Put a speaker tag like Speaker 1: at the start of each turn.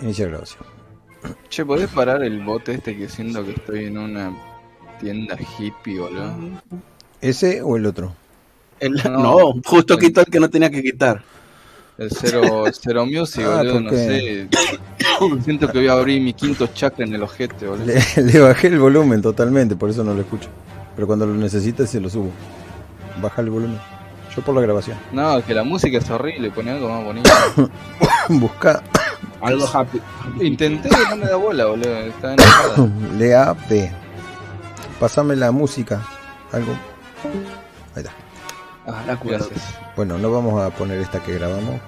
Speaker 1: Iniciar grabación.
Speaker 2: Che, ¿podés parar el bote este que siento que estoy en una tienda hippie, boludo?
Speaker 1: ¿Ese o el otro?
Speaker 3: El-
Speaker 2: No.
Speaker 3: no, justo quitó el que no tenía que quitar.
Speaker 2: El Zero, Zero Music,
Speaker 1: Ah,
Speaker 2: boludo, no
Speaker 1: ¿por
Speaker 2: sé. Siento que voy a abrir mi quinto chakra en el ojete, boludo.
Speaker 1: Le, le bajé el volumen totalmente, por eso no lo escucho. Pero cuando lo necesites se lo subo. Baja el volumen. Yo por la grabación.
Speaker 2: No, que la música es horrible, pone algo más bonito.
Speaker 1: Busca
Speaker 3: Algo happy.
Speaker 2: Intenté y no me da bola, boludo. Está enojada.
Speaker 1: Lea P. Pasame la música. Algo. Ahí está.
Speaker 2: Ah, gracias.
Speaker 1: Bueno, no vamos a poner esta que grabamos porque